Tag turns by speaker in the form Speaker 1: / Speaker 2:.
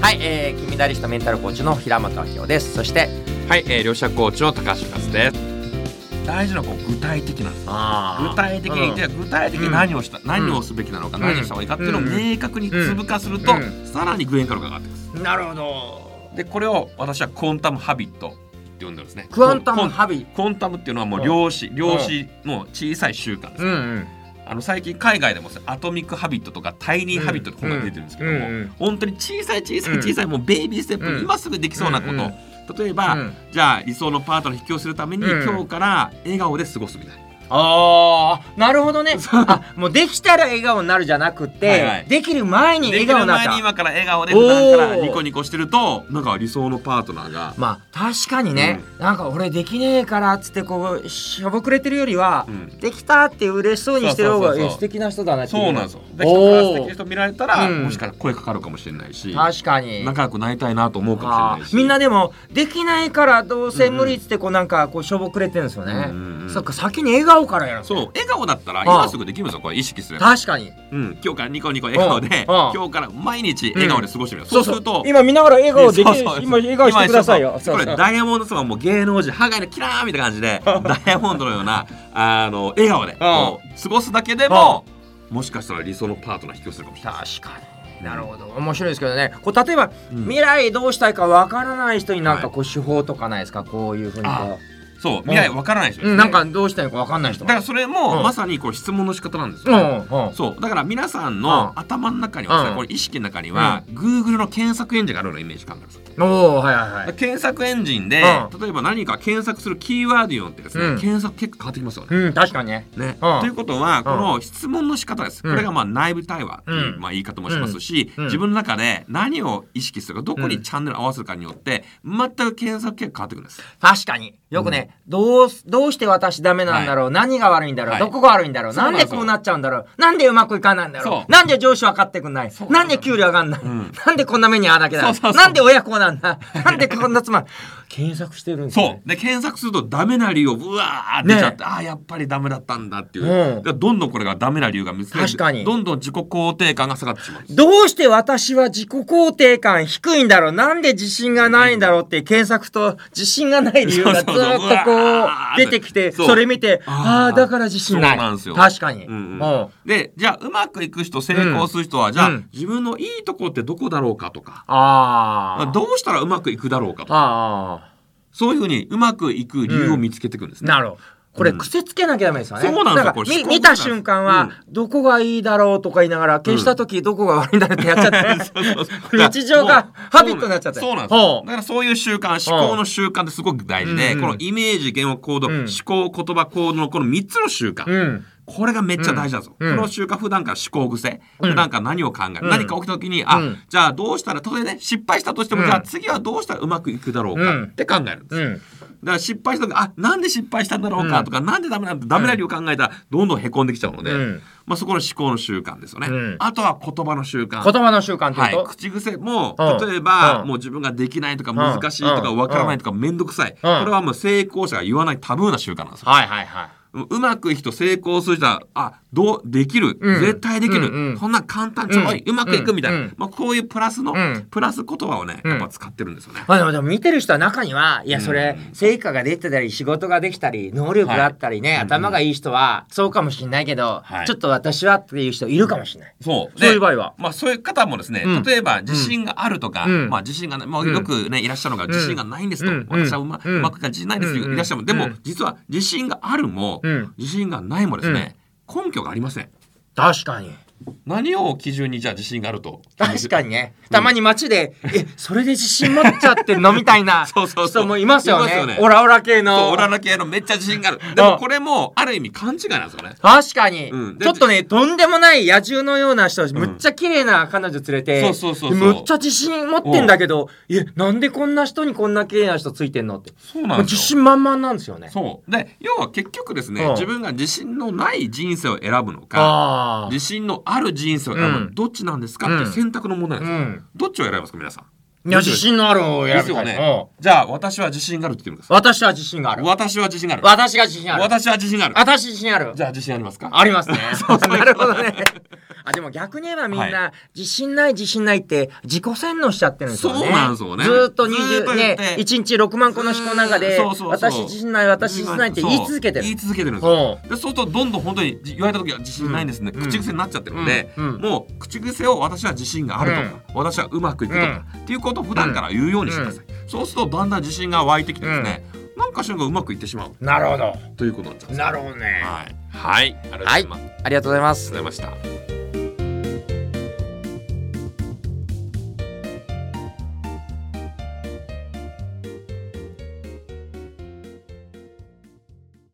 Speaker 1: はい、えー、金メダリストメンタルコーチの平本明夫です。そして、
Speaker 2: はい、えー、両者コーチの高橋勝です。大事なのはこう具体的なんです。具
Speaker 1: 具
Speaker 2: 体的に、じゃあ具体的に何をした、何をすべきなのか、
Speaker 1: うん
Speaker 2: 何をした方がいいかっていうのを
Speaker 1: うん
Speaker 2: 明確に粒化すると、
Speaker 1: うん
Speaker 2: さらにグレンカロが上がってくる。
Speaker 1: なるほど。
Speaker 2: で、これを私はコンタムハビットって呼んでるんですね。
Speaker 1: クワンタ
Speaker 2: コ
Speaker 1: ム
Speaker 2: ン
Speaker 1: ハビ。
Speaker 2: コンタムっていうのはも
Speaker 1: う
Speaker 2: うん量子、量子の小さい習慣です。
Speaker 1: うんうん。
Speaker 2: あの最近海外でもさアトミックハビットとかタイニーハビットってこんなの出てるんですけども、
Speaker 1: うんうん
Speaker 2: 本当に小さい小さい小さい、もうベイビーステップ
Speaker 1: うん
Speaker 2: に今すぐできそうなこと、
Speaker 1: うんうん
Speaker 2: 例えば、
Speaker 1: うん
Speaker 2: じゃあ理想のパートナーに引き寄せるために、
Speaker 1: うん
Speaker 2: 今日から笑顔で過ごすみたいな
Speaker 1: ああ、なるほど ね。あ、もうできたら笑顔になるじゃなくて、
Speaker 2: はいはい
Speaker 1: できる前に
Speaker 2: で
Speaker 1: 笑
Speaker 2: きる
Speaker 1: 顔になっ
Speaker 2: 前に
Speaker 1: た。
Speaker 2: 今から笑顔で普段から
Speaker 1: おー
Speaker 2: ニコニコしてるとなんか理想のパートナーが、
Speaker 1: まあ確かにね、なんか俺できねえからっつってこうしょぼくれてるよりは、
Speaker 2: うん
Speaker 1: できたって嬉しそうにしてる方
Speaker 2: そ
Speaker 1: が
Speaker 2: うそう
Speaker 1: え
Speaker 2: そうそう
Speaker 1: 素敵な人だなってい
Speaker 2: そうなんですよで人から素
Speaker 1: お
Speaker 2: 敵な
Speaker 1: ー
Speaker 2: 人見られたら、
Speaker 1: うん
Speaker 2: もしかしたら声かかるかもしれないし
Speaker 1: 確かに。
Speaker 2: 仲良くなりたいなと思うかもしれない
Speaker 1: あ
Speaker 2: し
Speaker 1: ーみんなでもできないからどうせ無理っつってこうなんかこうしょぼくれてるんですよね、
Speaker 2: うんうんうん
Speaker 1: そっか先に笑顔からやる
Speaker 2: そう笑顔だったら
Speaker 1: ああ
Speaker 2: 今すぐできるんですよこれ意識すれば
Speaker 1: 確かに
Speaker 2: うん、今日からニコニコ笑顔で、
Speaker 1: うんうん
Speaker 2: 今日から毎日笑顔で過ごしてみよう、そうすると
Speaker 1: 今見ながら笑顔できる
Speaker 2: そうそう
Speaker 1: 今笑顔してくださいよ
Speaker 2: 今そうそうこれダイヤモンド様もう芸能人歯がゆいのキラーみたいな感 じでダイヤモンドのようなあの笑顔でこう過ごすだけでももしかしたら理想のパートナー引き寄せるかもしれない
Speaker 1: 確かになるほど面白いですけどねこう例えば、
Speaker 2: うん
Speaker 1: 未来どうしたいかわからない人になんかこう手法とかないですかこういうふうに
Speaker 2: あ
Speaker 1: こ
Speaker 2: そう未来わからないでしょ、
Speaker 1: う、うん、なんかどうしたいかわかんない人
Speaker 2: だからそれ
Speaker 1: うん
Speaker 2: もまさにこう質問の仕方なんです
Speaker 1: うん
Speaker 2: よ、
Speaker 1: うんうん
Speaker 2: そうだから皆さん
Speaker 1: う
Speaker 2: の
Speaker 1: ん
Speaker 2: 頭の中にはさ、
Speaker 1: うん
Speaker 2: これ意識の中には、Google の検索エンジンがあるようなイメージ考えるんですよ
Speaker 1: おーはいはいはい
Speaker 2: 検索エンジンで、
Speaker 1: う
Speaker 2: 例えば何か検索するキーワードによってですね、
Speaker 1: うん
Speaker 2: 検索結果変わってきますよね。
Speaker 1: うん確かにね
Speaker 2: ね
Speaker 1: うん
Speaker 2: ということは、この質問の仕方です、
Speaker 1: うん
Speaker 2: これがまあ内部対話っていう、
Speaker 1: うん
Speaker 2: まあ、言い方もしますし、
Speaker 1: うんうん
Speaker 2: 自分の中で何を意識するかどこ
Speaker 1: う
Speaker 2: に
Speaker 1: ん
Speaker 2: チャンネルを合わせるかによって全く検索結果変わってくるんです。
Speaker 1: 確かによくね、どうすどうして私ダメなんだろう、何が悪いんだろう、
Speaker 2: はい
Speaker 1: どこが悪いんだろう
Speaker 2: そう
Speaker 1: な
Speaker 2: なん
Speaker 1: ん
Speaker 2: です
Speaker 1: で
Speaker 2: よ
Speaker 1: こうなっちゃうんだろうなんでうまくいかないんだろ
Speaker 2: そう
Speaker 1: うなんで上司分かってくんない
Speaker 2: そう
Speaker 1: なんで給料上がんない、
Speaker 2: うん
Speaker 1: なんでこんな目に遭わなきゃなら
Speaker 2: そうそうそう
Speaker 1: なんで親子なん だなんでこんな妻検索してるんですね
Speaker 2: そうで検索するとダメな理由をうわー出ちゃって、ああやっぱりダメだったんだっていう、
Speaker 1: うん
Speaker 2: だからどんどんこれがダメな理由が見つか
Speaker 1: 確かに
Speaker 2: どんどん自己肯定感が下がってしまうんです。
Speaker 1: どうして私は自己肯定感低いんだろうなんで自信がないんだろうって検索と自信がない理由がずーっと
Speaker 2: そうそうそうう
Speaker 1: こう
Speaker 2: わー
Speaker 1: 出てきて
Speaker 2: そう
Speaker 1: それ見てあ
Speaker 2: あー
Speaker 1: あーだから自信ない
Speaker 2: そうなんですよ
Speaker 1: 確かに、
Speaker 2: うんうん
Speaker 1: うん
Speaker 2: でじゃあうまくいく人成功する人は、じゃあ、
Speaker 1: うん
Speaker 2: 自分のいいところってどこだろうかとか
Speaker 1: あー
Speaker 2: どうしたらうまくいくだろうかとか
Speaker 1: ああ
Speaker 2: そういうふうにうまくいく理由を見つけていくん ですね。
Speaker 1: なるほど。これ
Speaker 2: うん
Speaker 1: 癖つけなきゃダメですよね。
Speaker 2: そうなんですよ
Speaker 1: か
Speaker 2: これ
Speaker 1: み
Speaker 2: 思考
Speaker 1: 見た瞬間は、どこがいいだろうとか言いながら、消した時どこが悪いんだろうってやっちゃって。
Speaker 2: そうそうそう
Speaker 1: 日常が
Speaker 2: だから
Speaker 1: ハビットになっちゃって
Speaker 2: そうなんですよ
Speaker 1: ほう
Speaker 2: だからそういう習慣思考の習慣ってすごく大事で、
Speaker 1: うんうん
Speaker 2: このイメージ言語行動、
Speaker 1: うん
Speaker 2: 思考言葉行動のこの3つの習慣、
Speaker 1: うん。
Speaker 2: これがめっちゃ大事なんですよ。
Speaker 1: うん
Speaker 2: この習慣普段から思考癖、
Speaker 1: うん
Speaker 2: 普段から何を考え
Speaker 1: う
Speaker 2: る、
Speaker 1: ん
Speaker 2: 何か起きた時にあ、
Speaker 1: うん
Speaker 2: じゃあどうしたら例えばね失敗したとしても、
Speaker 1: うん
Speaker 2: じゃあ次はどうしたらうまくいくだろうかって考えるんです。
Speaker 1: うん。
Speaker 2: だから失敗した時あなんで失敗したんだろうかとか、なんでダメなんだダメな理由を考えたらどんどんへこんできちゃうので、
Speaker 1: うん
Speaker 2: まあ、そこの思考の習慣ですよね、
Speaker 1: うん
Speaker 2: あとは言葉の習慣
Speaker 1: 言葉の習慣って、
Speaker 2: はいい
Speaker 1: と、
Speaker 2: う口癖も
Speaker 1: うん
Speaker 2: 例えば、
Speaker 1: うん
Speaker 2: もう自分ができないとか難しいとか
Speaker 1: うん
Speaker 2: わからないとか面倒くさい、これはもう成功者が言わないタブーな習慣なんですよ。
Speaker 1: はい、はいはいはい。
Speaker 2: うまくいく人成功する人はあどうできる、
Speaker 1: うん
Speaker 2: 絶対できる、
Speaker 1: うんうん
Speaker 2: そんな簡単ちょ、
Speaker 1: うん
Speaker 2: おいうまくいくみたいな、
Speaker 1: うん
Speaker 2: まあ、こういうプラスの、
Speaker 1: うん
Speaker 2: プラス言葉をねやっぱ使ってるんですよね。
Speaker 1: まあでもでも見てる人は中には、いや、
Speaker 2: うん
Speaker 1: それ、成果が出てたり、仕事ができたり、能力があったりね、
Speaker 2: はい
Speaker 1: 頭がいい人は、そうかもしれないけど、
Speaker 2: はい
Speaker 1: ちょっと私はっていう人いるかもしれない。
Speaker 2: そう
Speaker 1: そういう
Speaker 2: で
Speaker 1: 場合は。
Speaker 2: まあ、そういう方もですね、
Speaker 1: うん
Speaker 2: 例えば自信があるとか、
Speaker 1: うん
Speaker 2: まあ、自信がない、まあ、
Speaker 1: うん
Speaker 2: よくね、いらっしゃるのが自信がないんですと、
Speaker 1: うん
Speaker 2: 私はうま,、
Speaker 1: う
Speaker 2: うんまくいか自信ないですと
Speaker 1: うん
Speaker 2: いらっしゃる、で
Speaker 1: う
Speaker 2: も
Speaker 1: ん
Speaker 2: 実は自信があるも、
Speaker 1: うん
Speaker 2: 自信がないもですね、根拠がありません
Speaker 1: 確かに。
Speaker 2: 何を基準にじゃあ自信があると
Speaker 1: 確か
Speaker 2: に
Speaker 1: にね。たまに街で、え、それで自信持っちゃってんのみたい な
Speaker 2: そうそうそう
Speaker 1: 人もいますよ
Speaker 2: いますよ
Speaker 1: ね
Speaker 2: ね。
Speaker 1: オラオラ系の
Speaker 2: オ。ラの系のめっちゃ自信があるでもこれもある意味勘違いなんですよね
Speaker 1: 確かに、
Speaker 2: うんで
Speaker 1: ちょっとね、とんでもない野獣のような人、むっちゃ綺麗な彼女連れて、
Speaker 2: そうそうそうそう
Speaker 1: むっちゃ自信持ってんだけど、え、なんでこんな人にこんな綺麗な人ついてんのって。
Speaker 2: そう
Speaker 1: もう自信満々なんですよね。
Speaker 2: そうで要は結局ですね、
Speaker 1: うん
Speaker 2: 自分が自信のない人生を選ぶのか
Speaker 1: あ
Speaker 2: 自信のある人生を選ぶのか、
Speaker 1: うん
Speaker 2: どっちなんですかっていう選択の問題
Speaker 1: あ。
Speaker 2: な
Speaker 1: うん
Speaker 2: ですよ、
Speaker 1: ん。
Speaker 2: どっちを選びますか皆さん
Speaker 1: いや、自信のある方を
Speaker 2: で
Speaker 1: 選
Speaker 2: す
Speaker 1: びたい。
Speaker 2: よね
Speaker 1: うん
Speaker 2: じゃあ私は自信があるって言ってみてくだ
Speaker 1: 私は自信があ
Speaker 2: さ
Speaker 1: る
Speaker 2: い。私は自信がある
Speaker 1: 私が自信ある。
Speaker 2: 私は自信がある
Speaker 1: 私自信ある。
Speaker 2: じゃあ自信ありますか
Speaker 1: ありますね。なるほどね。あでも逆に言えばみんな、
Speaker 2: は
Speaker 1: 自信ない自信ないって自己洗脳しちゃってるんですよね。
Speaker 2: そうなんですよね
Speaker 1: ずーっと
Speaker 2: ずーっと
Speaker 1: 20
Speaker 2: 言っ
Speaker 1: ね
Speaker 2: て
Speaker 1: 1日6万個の思考の中で
Speaker 2: ずーそうそうそう
Speaker 1: 私自信ない私自信ないって言い続けてる。
Speaker 2: 言い続けてるんですよ
Speaker 1: う
Speaker 2: でそうするとどんどん本当に言われた時は自信ないんですね、
Speaker 1: うん
Speaker 2: 口癖になっちゃってるので、
Speaker 1: うんうん。
Speaker 2: もう口癖を私は自信があるとか、私はうまくいくとか、っていうことを普段から言うようにしてください、そうするとだんだん自信が湧いてきてですね、なんか瞬間うまくいってしまうん
Speaker 1: なるほど。
Speaker 2: ということになっちゃうんです
Speaker 1: なるほどね。
Speaker 2: はい、はい、ありがとうございます、ありがとう
Speaker 1: ありがとうございます
Speaker 2: ご。ざいました